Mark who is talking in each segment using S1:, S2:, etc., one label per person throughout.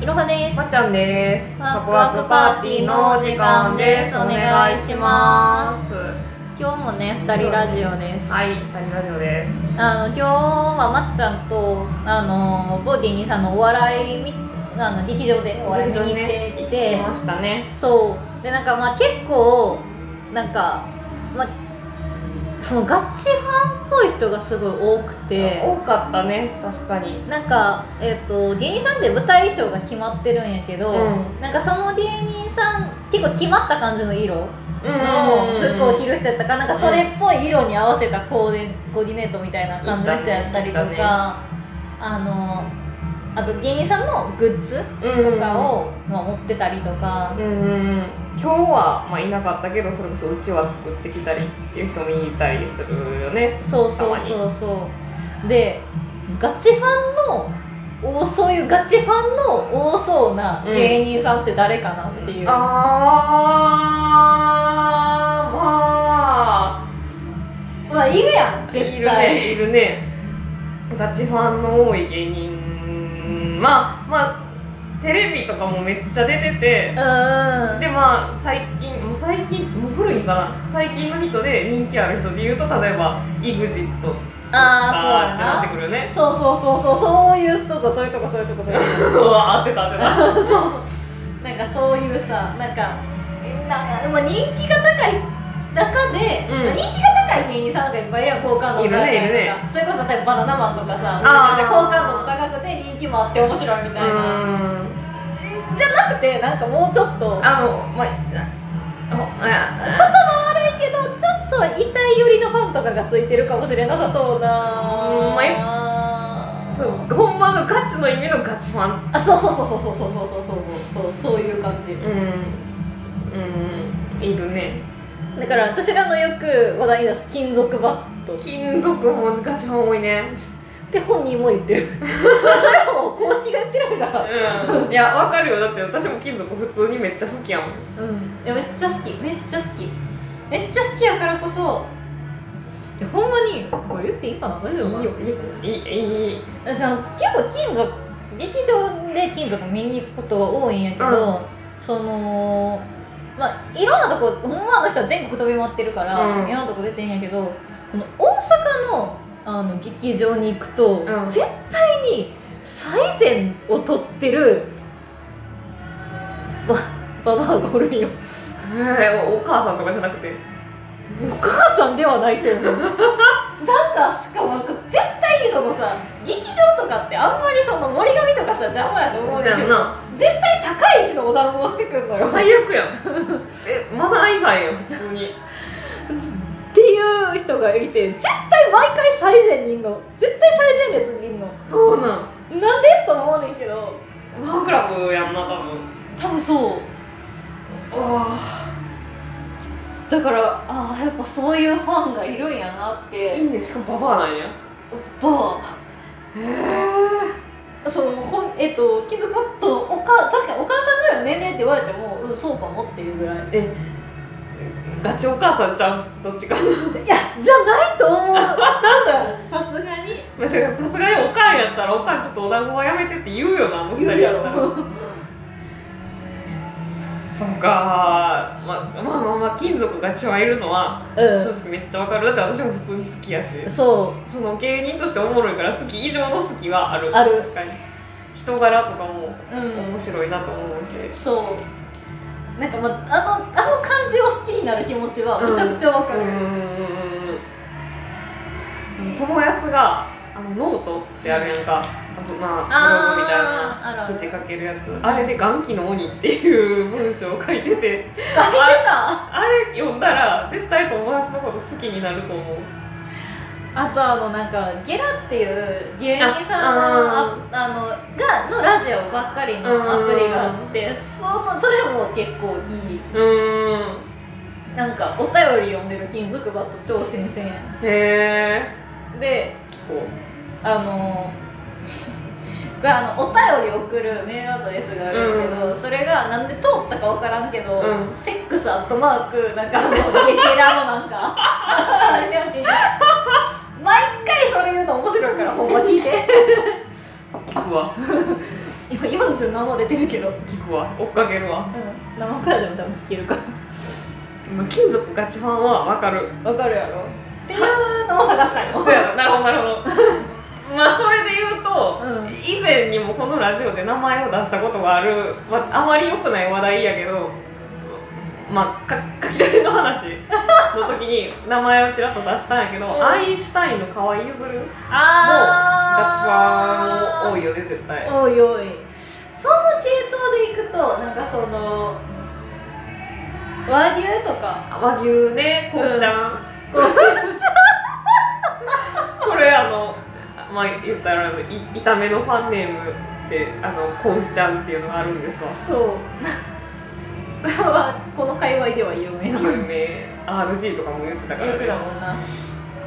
S1: いろはです
S2: まっちゃんです。
S1: ワクワクパーティーのお時間ですお願いします今日もね二人ラジオです、
S2: はい、二人ラジオです。
S1: あの今日はまっちゃんとあのボディにさんのお笑いみあの劇場でお笑い見に行ってきて、
S2: 来ましたね。
S1: そうでなんかまあ結構なんかまあそのガチファンっぽい人がすごい多くて
S2: 多かったね、確かに。
S1: なんか、えっと芸人さんで舞台衣装が決まってるんやけど、
S2: うん
S1: なんかその芸人さん結構決まった感じの色
S2: う
S1: の服を着
S2: る
S1: る人やったからなんかそれっぽい色に合わせたコーデコーディネートみたいな感じの人やったりとか、
S2: いたねいたね
S1: あのあと芸人さんのグッズ
S2: と
S1: とか。を、まあ持ってたりとか
S2: う、んうんうん。今日はまあいなかったけど、それこそうちわ作ってきたりっていう人もいたりするよね。
S1: そうそうそうそうでガチファンの多そういうガチファンの多そうな芸人さんって誰かなっていう、
S2: あ
S1: まあいるやん
S2: ーまあ
S1: 絶
S2: いる
S1: 対、
S2: ねいるね。ガチファンの多い芸人まあまあテレビとかもめっちゃ出て
S1: う。
S2: て
S1: ん
S2: でまあ最近もう最近もう古いんかな最近の人で人気ある人で言うと例えば EXIT とかってなっ
S1: あ
S2: てくるよ
S1: あ
S2: ね
S1: そうやなそうそうそうそうそういうとこそういうとこそういうとこそういうとこ
S2: うわ合ってた合ってた
S1: そうそうなんかそういうさなんかなんか、まあ、人気が高い中で、
S2: うん
S1: まあ人気が高い芸人さんとかいっぱいいるやん好感度も高い
S2: いるねいるね
S1: とかそれこそ例えばバナナマンとかさ
S2: あ
S1: めちゃめち
S2: ー
S1: ゃ好感度も高くて人気もあって面白いみたいな
S2: うん
S1: じゃなくてなんかもうちょっと
S2: あもうまあもうあ
S1: だけどちょっと痛い寄りのファンとかがついてるかもしれなさそうな
S2: うんまあ
S1: あ
S2: そうほんまのガチの意味のガチファン
S1: あそうそうそうそうそうそうそうそうそうそうそういう感じ
S2: うんうんいるね
S1: だから私らのよく話題に出す金属バットっ
S2: 金属もガチファン多いね
S1: て本人も言ってるそれはもう公式が言ってるから
S2: うんいやわかるよだって私も金属普通にめっちゃ好きやもん
S1: うんいやめっちゃ好きめっちゃ好きめっちゃ好きやからこそいやほんまにこれ言っていいかな大丈夫かない
S2: いよいいいいいい
S1: 私あの結構金属劇場で金属見に行くことが多いんやけど、
S2: う
S1: そのまあいろんなとこほんまあの人は全国飛び回ってるから、
S2: うん
S1: いろんなとこ出てんやけどこの大阪のあの劇場に行くと、
S2: ん
S1: 絶対に最善を取ってるばババアがおるんよ
S2: へーおお母さんとかじゃなくて
S1: お母さんでは ないと思うなんかしかもなんか絶対にそのさ劇場とかってあんまりその森紙とかしたら邪魔やと思うん
S2: じ
S1: だ
S2: ゃ
S1: け
S2: ん
S1: ど
S2: な
S1: 絶対高い位置のお団子をしてくんのよっ
S2: 最悪やんえマナー違反やん普通に
S1: ていう人がいて絶対毎回最前にいんの絶対最前列にいんの
S2: そうなん
S1: なんでと思うねんけど
S2: ファンクラブやんな多分
S1: 多分そう
S2: あ
S1: だからああやっぱそういうファンがいるんやなっ
S2: あい
S1: て
S2: いねしかもババアなんや
S1: ばあ
S2: へ
S1: そのほんえっと金属バットおか確かにお母さんぐらいの年齢って言われてもうんそうかもっていうぐらい
S2: えガチお母さんちゃんどっちか
S1: いやじゃないと思う多分さすがに
S2: まあしかもさすがにおかんやったらおかんちょっとお団子はやめてって言うよなあの二人やったら
S1: う
S2: そっかままあまあまあ金属が血はいるのは正
S1: ん
S2: 直めっちゃわかるだって私も普通に好きやし
S1: そ
S2: その芸人としておもろいから好き以上の好きはある
S1: ある
S2: 確かに人柄とかも
S1: ううん
S2: 面白いなと思うし、
S1: そうなんか、まあ、あのあの感じを好きになる気持ちはめちゃくちゃわかる、
S2: うんうんうんうん友安があのノートってあるやんかあとまあブログみたいな
S1: あー
S2: 記事書けるやつあれで「元気の鬼」っていう文章を書い
S1: 書い
S2: てて
S1: てた
S2: あれ読んだら絶対友安のこと好きになると思う
S1: あとあのなんかゲラっていう芸人さん
S2: あ
S1: のああのがのラジオばっかりのアプリがあってそのそれも結構いいう
S2: ーん
S1: なんかお便り読んでる金属バット超新鮮や
S2: へえ
S1: んで
S2: こ
S1: あのあのお便り送るメールアドレスがあるんやけど、それがなんで通ったか分からんけど、
S2: うん
S1: セックスアットマークなんかあのゲゲラのなんか あれやねん毎回それ言うの面白いからほんま聞いて
S2: う聞くわ
S1: 今47出てるけど、
S2: 聞くわ追っかけるわ、
S1: 生からでも多分弾けるから
S2: まあ、金属ガチファンは分かる
S1: わかるやろっていうのを探したいの
S2: そうやろなるほどなるほど まあそれで言うと、
S1: うん
S2: 以前にもこのラジオで名前を出したことがある、まあまり良くない話題やけどまあか 書き出しの話の時に名前をちらっと出したんやけど、
S1: うん
S2: アインシュタインの河合ゆずるガチフ
S1: あ
S2: ァン
S1: ー
S2: 多いよね絶対
S1: 多い多いその系統でいくとなんかその和牛とか
S2: 和牛ねこうしちゃん、
S1: こう
S2: これあのまあ言ったらあのい炒めのファンネームってあのコウシちゃんっていうのがあるんですわ
S1: そうこれは この界隈では有名な
S2: 有名 RG とかも言ってたから
S1: 言ってた
S2: ね
S1: もんな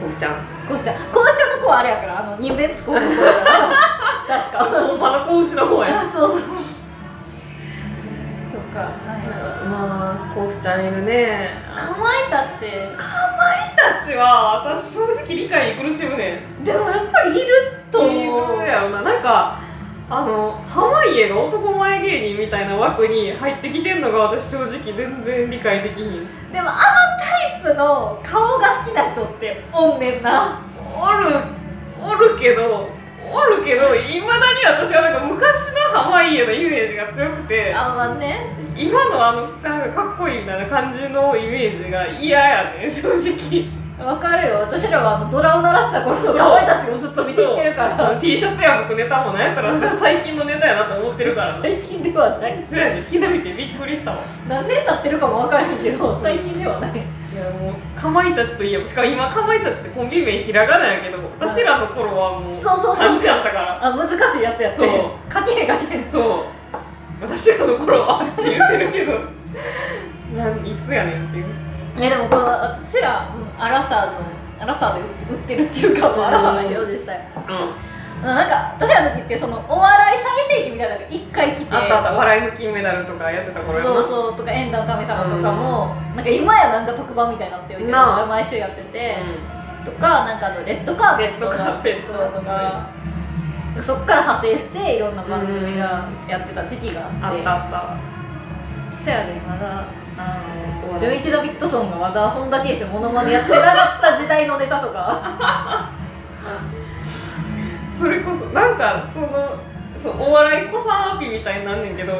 S2: コウシちゃん
S1: こうしたこうしたの子はあれやからあの人弁つこうの子やから 確か
S2: ほんまのコウシの方 や
S1: あそうそうとかなんやろ
S2: まあコウシちゃんいるね
S1: かまいたち
S2: たちは私正直理解に苦しむねん
S1: でもやっぱりいると思う
S2: いるやろななんかあのハワイへの男前芸人みたいな枠に入ってきてんのが私正直全然理解できひん
S1: でもあのタイプの顔が好きな人っておんねんな
S2: おるおるけどおるけどいまだに私はなんか昔のハワイへのイメージが強くて
S1: あまあね
S2: 今のあのなんかかっこいいみたいな感じのイメージが嫌やね正直
S1: わかるよ私らはあのドラを鳴らした頃のかまいたちをずっと見ていってるから
S2: そう T シャツや僕ネタもなんやったら私最近のネタやなと思ってるから
S1: 最近ではない
S2: そやね気づいてびっくりしたわ
S1: 何年経ってるかもわからへんけど最近ではない
S2: いやもうかまいたちといえばしかも今かまいたちってコンビ名ひらがなやけど私らの頃はもう
S1: そうそうそ
S2: 漢
S1: う
S2: 字やったから
S1: あ難しいやつやって
S2: そう
S1: 書けへん書けへん
S2: そう私らの頃はって言ってるけどなんいつやねんっていう
S1: えでもこの私ら、うん、アラサーのアラサーで売ってるっていうかもうアラサーなんやけど実際
S2: あ
S1: うんなんか私らの時ってそのお笑い最盛期みたいなのが一回来て
S2: ったあった笑いの金メダルとかやってた頃や
S1: そう
S2: な
S1: そうとか「縁談神様」とかも、なんか今やなんか特番みたいになってるけど
S2: なあ
S1: が毎週やってて、とかなんかあのレッドカーペット
S2: レッドカーペット
S1: とか、そっから派生していろんな番組がやってた時期があ
S2: あ
S1: っ
S2: ってたあっ
S1: そやでまだあ
S2: お
S1: の
S2: 笑い
S1: 11ダビッドソンがまだ本田圭佑モノマネやってなかった時代のネタとか
S2: たそれこそなんかそのそうお笑い子さんアピみたいになんねんけど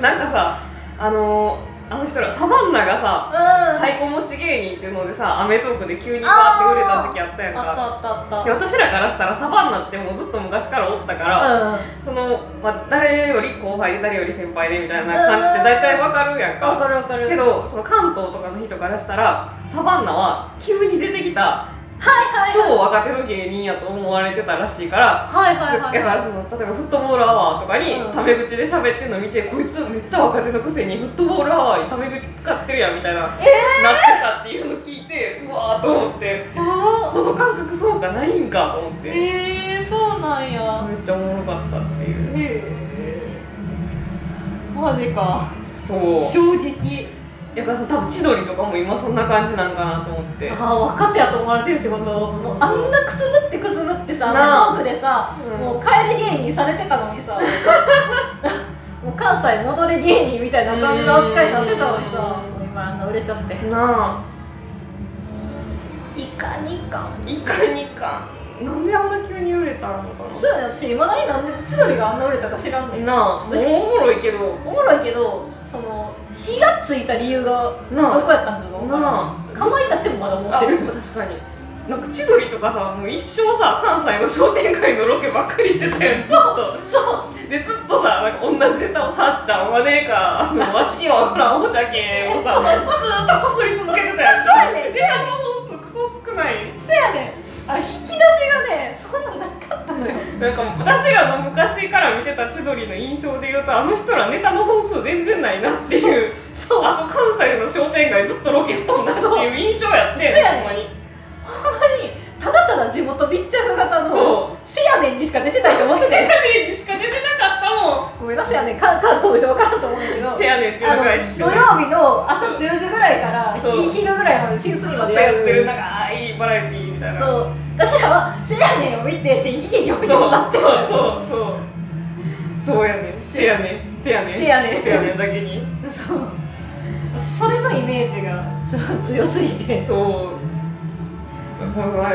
S2: なんかさあのあの人らサバンナ
S1: う
S2: がさ
S1: ん、あっ
S2: 太鼓持ち芸人っていうのでさ『アメトーーク』で急にバーって売れた時期あったやん
S1: た
S2: か
S1: あったあっ
S2: で私らからしたらサバンナってもうずっと昔からおったから、
S1: たうん
S2: その、まあ、誰より後輩で誰より先輩でみたいな感じって大体わかるやん
S1: わ
S2: か
S1: かるわかる
S2: けどその関東とかの人からしたらサバンナは急に出てきた
S1: はいはい
S2: 超若手の芸人やと思われてたらしいから。
S1: はいは
S2: だ
S1: い
S2: か
S1: はいはい
S2: らその例えばフットボールアワーとかに
S1: うん
S2: タメ口で喋ってるの見て、こいつめっちゃ若手のくせにフットボールアワーにタメ口使ってるやんみたいな、なってたっていうの聞いてうわーと思って
S1: あ
S2: この感覚そうかないんかと思ってめっ
S1: えー、そうなんや
S2: ちゃおもろかったっていう
S1: マジか
S2: そう
S1: 衝撃
S2: やからさ多分千鳥とかも今そんな感じなんかなと思って
S1: ああ分かってやと思われてるってこと
S2: そうそうそうそう
S1: もうあんなくすぶってくすぶってさ
S2: なあ
S1: マークでさ、
S2: うん
S1: もう帰り芸人されてたのに さもう関西戻れ芸人みたいな感じの扱いになってたのにさ
S2: うん
S1: もう今あんな売れちゃって
S2: なあ
S1: いかにか
S2: いかにかなんであんな急に売れたのか
S1: そうやね私いまだになんで千鳥があんな売れたか知らんね
S2: なんなあもうおもろいけど
S1: おもろいけどその火がついた理由がど
S2: な
S1: こやったんかが分からん
S2: なあ
S1: かまいたちもまだ持
S2: あ
S1: ってる
S2: 確かになんか千鳥とかさもう一生さ関西の商店街のロケばっかりしてたやんずっと
S1: そう
S2: でずっとさなんか同じネタをさっちゃんはねえかあのわしには分からんおじゃけんをさずーっとこすり続けてたやん
S1: そうやねん
S2: ネタの本数クソ少ない
S1: せやねんあ引き出しがねそんなんなかったのよ
S2: なんか私らの昔から見てた千鳥の印象で言うとあの人らネタの本数全然ないなっていう
S1: そう
S2: あと関西の商店街ずっとロケしとんなっていう印象やって
S1: そうやねん
S2: ほんまに
S1: ほんまにただただ地元密着型の
S2: そう
S1: せやねんにしか出てないと思って
S2: テ
S1: て
S2: レビにしか出てなかったも
S1: ごめんなせやねん関関東の人分からんと思うんだけど
S2: んせやねんっていう
S1: あ
S2: の
S1: の
S2: が
S1: 土曜日の朝10時ぐらいから
S2: そう
S1: ひ昼ぐらいまで昼過ぎ
S2: ずっ
S1: ま
S2: と
S1: でや
S2: や
S1: る
S2: ってる長いバラエティーみたいな
S1: そうう私らはせやねんを見て新喜劇を見て
S2: そ
S1: 育
S2: う
S1: って
S2: そうそうそうそうやねんせやねせやね
S1: せやね
S2: せやねだけに
S1: そうそれのイメージがそう強すぎて
S2: そう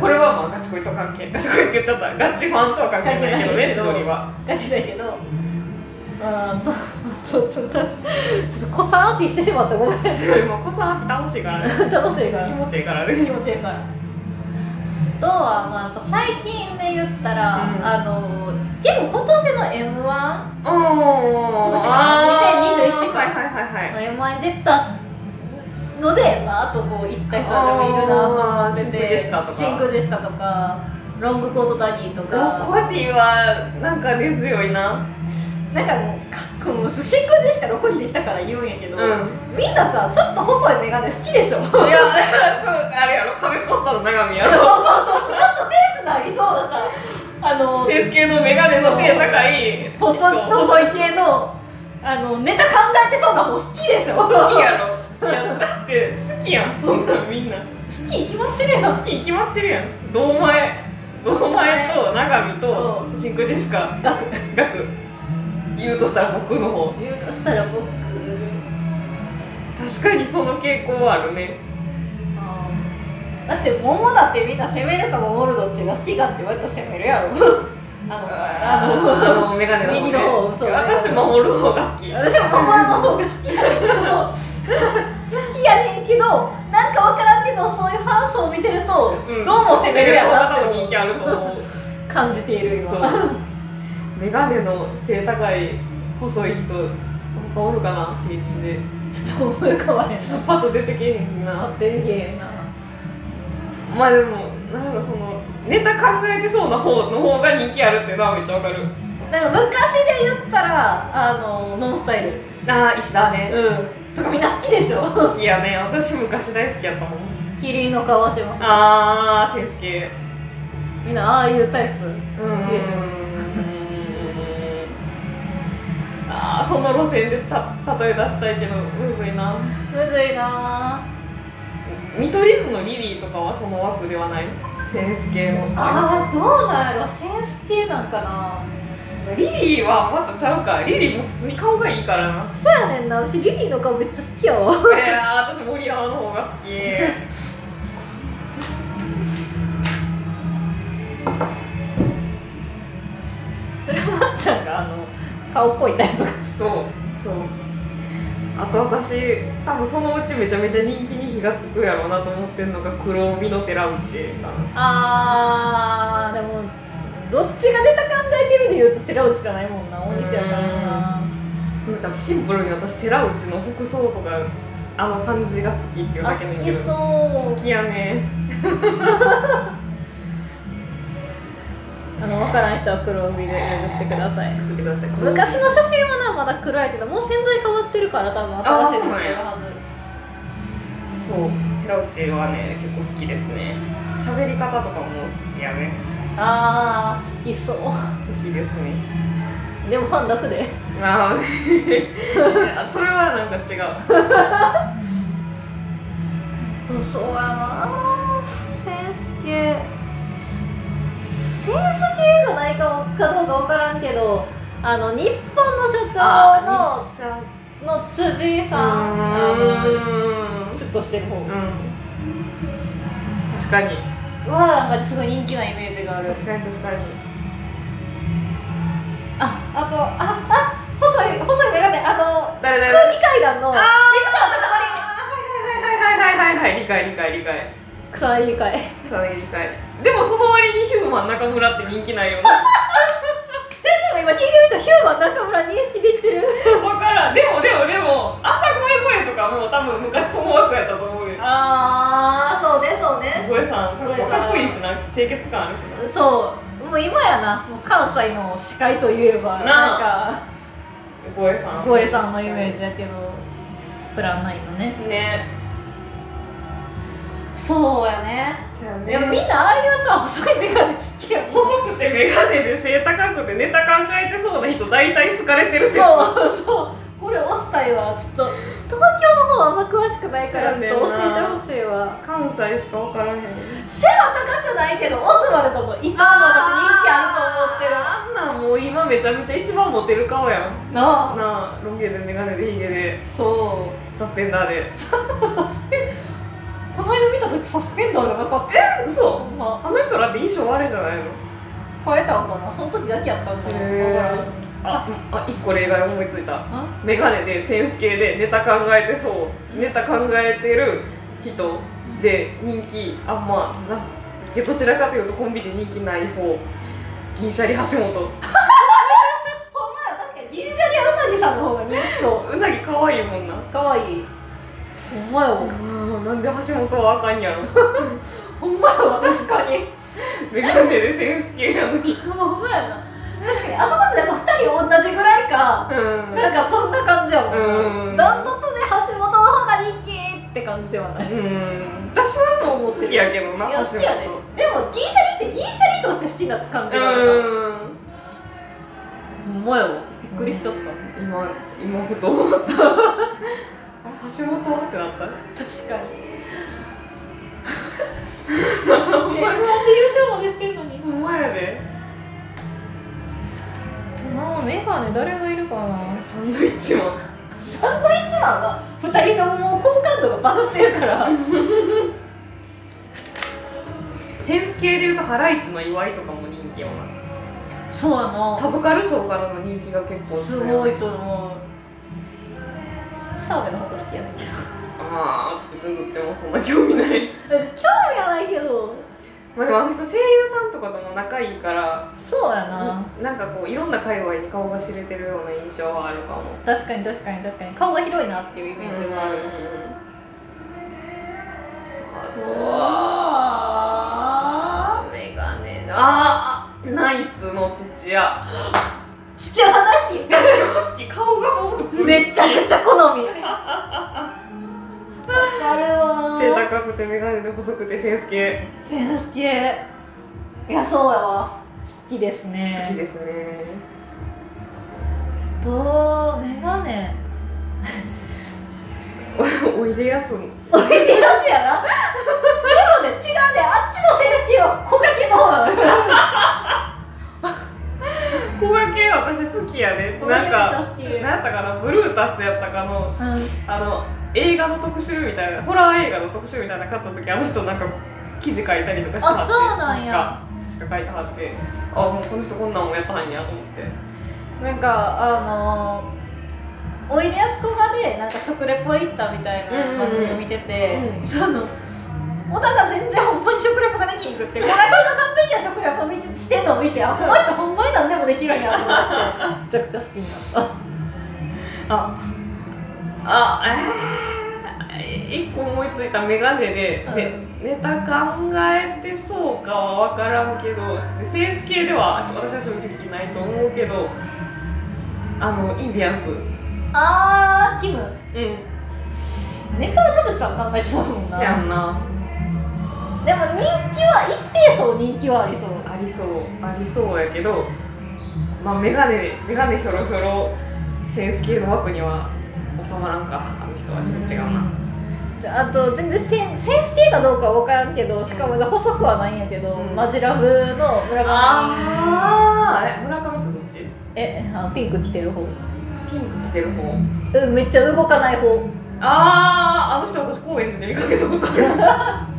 S2: これはまあガチ恋と関係ガチ恋って言っちゃったガチファンとは関係ないけどね千鳥は
S1: だけだけどあーとあとちょっとちょっと子さんアピしてしまったごめん
S2: すごいもう子さん楽しいからね
S1: 楽しいから
S2: 気持ちいいから
S1: 気
S2: ね
S1: 持ちいいからあとはまあやっぱ最近で言ったら、
S2: うん
S1: あの結構今年の m 1
S2: おお
S1: 2021か
S2: はいはいはいはい
S1: m 1出たのでわーっとこう行った人たちもいるなと思ってて
S2: あーシンクジ
S1: シンクジェ
S2: ェシカとか
S1: シカとかロングコートダディとか
S2: ロコディはなんか根強いな
S1: なんかもうかっこもうシンクジェシカ6人で行ったから言うんやけど、
S2: うんいや
S1: みんなさちょっと細い眼鏡好きでしょそうそうそうちょっ
S2: あれやろ壁ポスターの長見やろ
S1: とセンスのありそうなさあの
S2: センス系のメガネの背高い
S1: 細
S2: 細
S1: 細い系のあのネタ考えてそうな方好きでしょ
S2: 好き
S1: 好
S2: やろいやだって好きやんそんなんみんな
S1: きに決まってるやん
S2: 好きに決まってるやん堂前堂前と永見とシンクジェシカ
S1: 額
S2: ガク言うとしたら僕の方
S1: 言うとしたら僕
S2: 確かにその傾向はあるね
S1: あーだって桃だってみんな攻めるか守るどっちが好きかって割と攻める やろあのあの
S2: あのメガネの方,、ね、
S1: 右の方そう
S2: 私守る方が好き
S1: 私も守るの方が好きやねんけど好きやねんけどなんかわからんけどそういうファン層を見てると、
S2: ん
S1: どうも攻めるやろなっ
S2: 攻める方が多
S1: て
S2: 分人気あると思う
S1: 感じている今
S2: そうメガネの背高い細い人他おるかな芸人で
S1: ちょっと思い浮かばれん
S2: ちょっとパッと出てけえへんな
S1: 出てけえへんな
S2: まあでもなんやろそのネタ考えてそうな方の方が人気あるっていうのはめっちゃわかる
S1: なんか昔で言ったらあのノンスタイル
S2: ああ石田ね
S1: うんとかみんな好きでしょ
S2: 好きやね私昔大好きやったもん
S1: キリンの川島
S2: ああ、センス系。
S1: みんなああいうタイプ好きでしょ
S2: ああ、その路線でた例え出したいけど、むずいな。
S1: むずいな
S2: 見取り図のリリーとかはその枠ではない。センス系の。
S1: あーどうなんやろセンス系なんかな
S2: リリーはまたちゃうか。リリーも普通に顔がいいから な。
S1: そうやねんな私リリーの顔めっちゃ好きよ
S2: いやー、私森山の方が好き。
S1: まっちゃんがあの顔っぽいタイプ
S2: そう、そう。あと私、多分そのうちめちゃめちゃ人気に火がつくやろうなと思ってんのが黒帯の寺内かな。
S1: あーでもどっちがネタ考えてるで言うと寺内じゃないもんな大西やからな
S2: でも多分シンプルに私寺内の服装とかあの感じが好きっていう
S1: あ
S2: だけなんや
S1: 好
S2: け
S1: き
S2: ど
S1: そう
S2: 好きやね
S1: あの分からん人は黒帯で巡ってください
S2: 送ってください
S1: 昔の写真はなまだ暗いけどもう洗剤変わってるから多分新しいのが出るはず
S2: そう寺内はね結構好きですね喋り方とかも好きやね
S1: あー好きそう
S2: 好きですね
S1: でもファン楽で
S2: あーあそれ はなんか違う
S1: うんそうやなセンス系センス系じゃないかもかどうか分からんけどあの日本の社長
S2: 日射
S1: のの辻さんあの
S2: う
S1: シュッとしてる方
S2: ーんうん確かに
S1: はなんかすごい人気なイメージがある
S2: 確かに確かに
S1: ああとああ細い細い眼鏡あの
S2: 誰誰
S1: 空気階段の
S2: はいはいはいはいはいはい理解理解理解
S1: 草いいかい
S2: そういう理解でもその割にヒューマン中村って人気ない よな
S1: でも今聞いてみるとヒューマン中村認識できてる
S2: 分からんでもでもでも朝声声とかもう多分昔その枠やったと思うよ
S1: ああそうねそうね
S2: 声さんかっこ
S1: 声さん
S2: かっこいいしな清潔感あるし
S1: そうもう今やなもう関西の司会といえば
S2: な
S1: なんか
S2: な声さん
S1: ゴエさんのイメージだけどプランナインのね
S2: ジね
S1: そうやね
S2: そうや
S1: でもみんなああいうさ細い眼鏡好きやもんそう
S2: 細くて眼鏡で背高くてネタ考えてそうな人大体好かれてる説
S1: そうこれ押したいわちょっと東京のそうあんま詳しくないから
S2: そう
S1: 教え
S2: や
S1: て
S2: ねんな
S1: ほしいわ
S2: 関西しか分からへん
S1: 背は高くないけどオズワルドと一般の私人気あると思ってる
S2: あんなんもう今めちゃめちゃ一番モテる顔やん
S1: なあ
S2: なあロン毛でメガネでヒゲで
S1: そう
S2: サスペンダーで
S1: この間見た時サスペンダーじゃなかったえ嘘ま
S2: あの人らって印象悪いじゃないの
S1: あ変えたんかなその時だけやったんだ
S2: へーああ一個例外思いついたメガネでセンス系でネタ考えてそうネタ考えてる人で人気あんまなでどちらかというとコンビで人気ない方銀シャリ橋
S1: お前確かに銀シャリはうなぎさんの方が人気そう
S2: 本うなぎ可愛いもんな
S1: かわいいお前
S2: あ
S1: は
S2: ーなんで橋本はあかんやろ
S1: お前は確かに
S2: メガネでセンス系やのに
S1: お前やな確かにあそこでなんか2人同じぐらいか
S2: うん
S1: なんかそんな感じやも
S2: うん
S1: んダントツで橋本の方が人気って感じではない
S2: うん私はもう好きやけどない橋
S1: や
S2: 本
S1: 好きやねでも銀シャリって銀シャリとして好きな感じがあるか
S2: うん
S1: らお前はびっくりしちゃった
S2: 今今ふと思ったあれ橋本ってなった
S1: 確かに
S2: ほ
S1: M1
S2: ん
S1: で
S2: まや
S1: 優勝までしてるのに
S2: ほんまやで
S1: まあメガネ誰がいるかな
S2: サンドイッチマン
S1: サンドイッチマンは2人とももう好感度がバグってるから
S2: センス系でいうとハライチの岩井とかも人気よな
S1: そうや
S2: サ
S1: な
S2: ブカル層からの人気が結構
S1: すご
S2: い
S1: いと思う澤部の方が好きやねんけど
S2: ああ別にどっちもそんな興味ない
S1: 私興味はないけど
S2: まあでもあの人声優さんとかとも仲いいから
S1: そうやな、
S2: なんかこういろんな界隈に顔が知れてるような印象はあるかも
S1: 確かに確かに確かに顔が広いなっていうイメージがある、
S2: あと
S1: わ
S2: はメガネだあーナイツの土屋
S1: 土屋さん大好
S2: 私も好き顔がもう普通
S1: き
S2: に
S1: めちゃくちゃ好みわかるわ
S2: 背高くてメガネで細くてセンス系
S1: 背高好きいやそうやわ好きですね
S2: 好きですね
S1: とメガネ
S2: おいでやす
S1: おいでやすやなでもね違うねあっちのセンスティは小掛けの方なの
S2: 小掛け私好きやで、ね、なんか何やったかなブルータスやったかのあの映画の特集みたいなホラー映画の特集みたいなの買った時あの人なんか記事書いたりとかしてはって
S1: あそうなんや
S2: 確か確か書いてはってあもうこの人こんなんもやったはんやと思って
S1: なんかあのおいでやすこがでなんか食レポ行ったみたいな番組見てて、
S2: うん
S1: その小田が全然ほんまに食レポができんくって小田が完璧な食レポ見てしてんのを見てあこの人ほんまに何でもできるんやと思 ってめちゃくちゃ好きになった
S2: ああえー、1個思いついた眼鏡で、
S1: うん
S2: ねネタ考えてそうかは分からんけどセンス系では私私は正直ないと思うけどあのインディアンスう
S1: あーキム
S2: ん
S1: ネタは田口さん考えてたもんな
S2: せやんな
S1: でも人気は一定層人気はありそう
S2: ありそうありそうやけどまあ眼鏡眼鏡ひょろひょろセンス系の枠には収まらんかあの人はちょっと違うな
S1: じゃああと全然センセンス系かどうかは分からんけどしかも細くはないんやけど、
S2: うん
S1: マジラブの村上
S2: あーえ村上ってどっち
S1: えあピンク着てる方
S2: ピンク着てる方
S1: うんめっちゃ動かない方
S2: あーあの人私高円寺で見かけたことある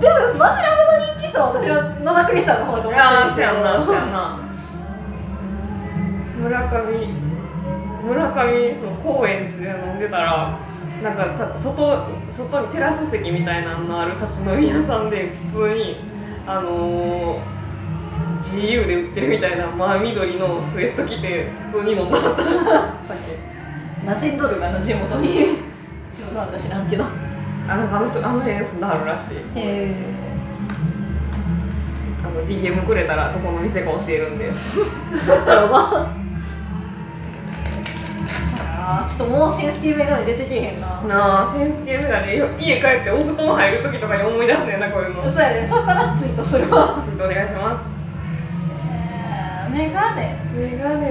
S1: でもマジラブの人気層は私は野田クリスさんの方だと思
S2: あ
S1: っ
S2: あ
S1: て
S2: せ
S1: る
S2: や
S1: ん
S2: ん
S1: で
S2: な
S1: す
S2: せ
S1: け
S2: やんな村上村上その高円寺で飲んでたらなんかた外外にテラス席みたいなののある立ち飲み屋さんで普通にあのー GU で売ってるみたいな真緑のスウェット着て普通に飲んだかった
S1: ど馴染んどるがな地元 に冗談か知らんけどへ
S2: あなんかあの人あの辺住んではるらしい
S1: え
S2: あの DM くれたらどこの店か教えるんで
S1: やばあーちょっともうセンシティブメガネ出てけえへんな
S2: なあセンス系メガネよ家帰ってお布団入る時とかに思い出すねんなこういうのちょっ
S1: 嘘やでそしたらツイートするわ
S2: とお願いします
S1: えーメガネ
S2: メガネのセン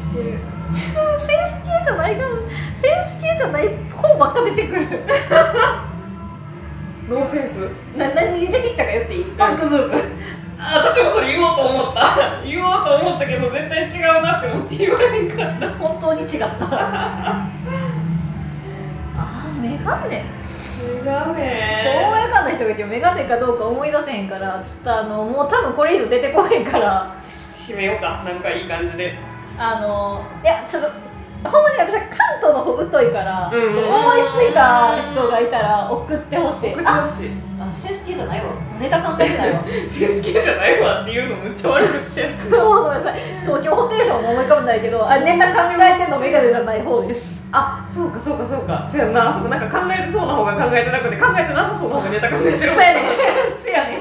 S2: ス系
S1: センス系じゃじゃないかもセンス系じゃない方ばっか出てくる
S2: ノーセンス
S1: な何出てきたかよっていい
S2: パンクブームあ私もそれ言おうと思った 言おうと思ったけど絶対違うなって思って言われへんかった
S1: 本当に違ったああメガネ
S2: 違う
S1: ちょっと思い
S2: ね
S1: 浮かんだ人がいてメガネかどうか思い出せへんからちょっとあのもう多分これ以上出てこへんから
S2: 締めようかなんかいい感じで
S1: あのいやちょっとほんまに私は関東の方疎いから、
S2: うん
S1: ちょっと思いついた人がいたら送ってほしい
S2: 送って
S1: あ
S2: ほしい
S1: あセンス系じゃないわネタ考えて ないわ
S2: センス系じゃないわっていうのむっちゃ悪口やし
S1: もうごめんなさい東京ホテイソンも思い浮かぶんないけどあネタ考えてんのメガネじゃない方です
S2: あそうかそうかそうかそうやんなあそこなんか考えてそうな方が考えてなくて考えてなさそうな方がネタ考えてる
S1: そうやねんそうやね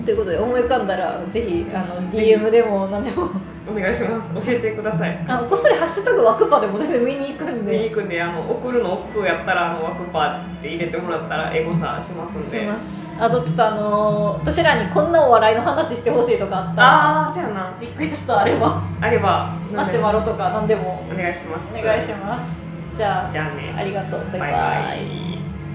S1: んということで思い浮かんだらぜひあの DM でも何でも
S2: お願いします教えてください
S1: あのこっそり「ハッシュタグワクパ」でも全然見に行くん
S2: 見に
S1: で
S2: 行くんであの送るの億劫やったらあのワクパーって入れてもらったらエゴサしますん
S1: し
S2: で
S1: ますあとちょっとあのー私らにこんなお笑いの話してほしいとかあったら
S2: ああそうやな
S1: リクエストあ れば
S2: あれば
S1: マシュマロとか何でも
S2: お願いします
S1: お願いしますじゃ
S2: じゃあね
S1: あありがとうバイバイ
S2: バイバイ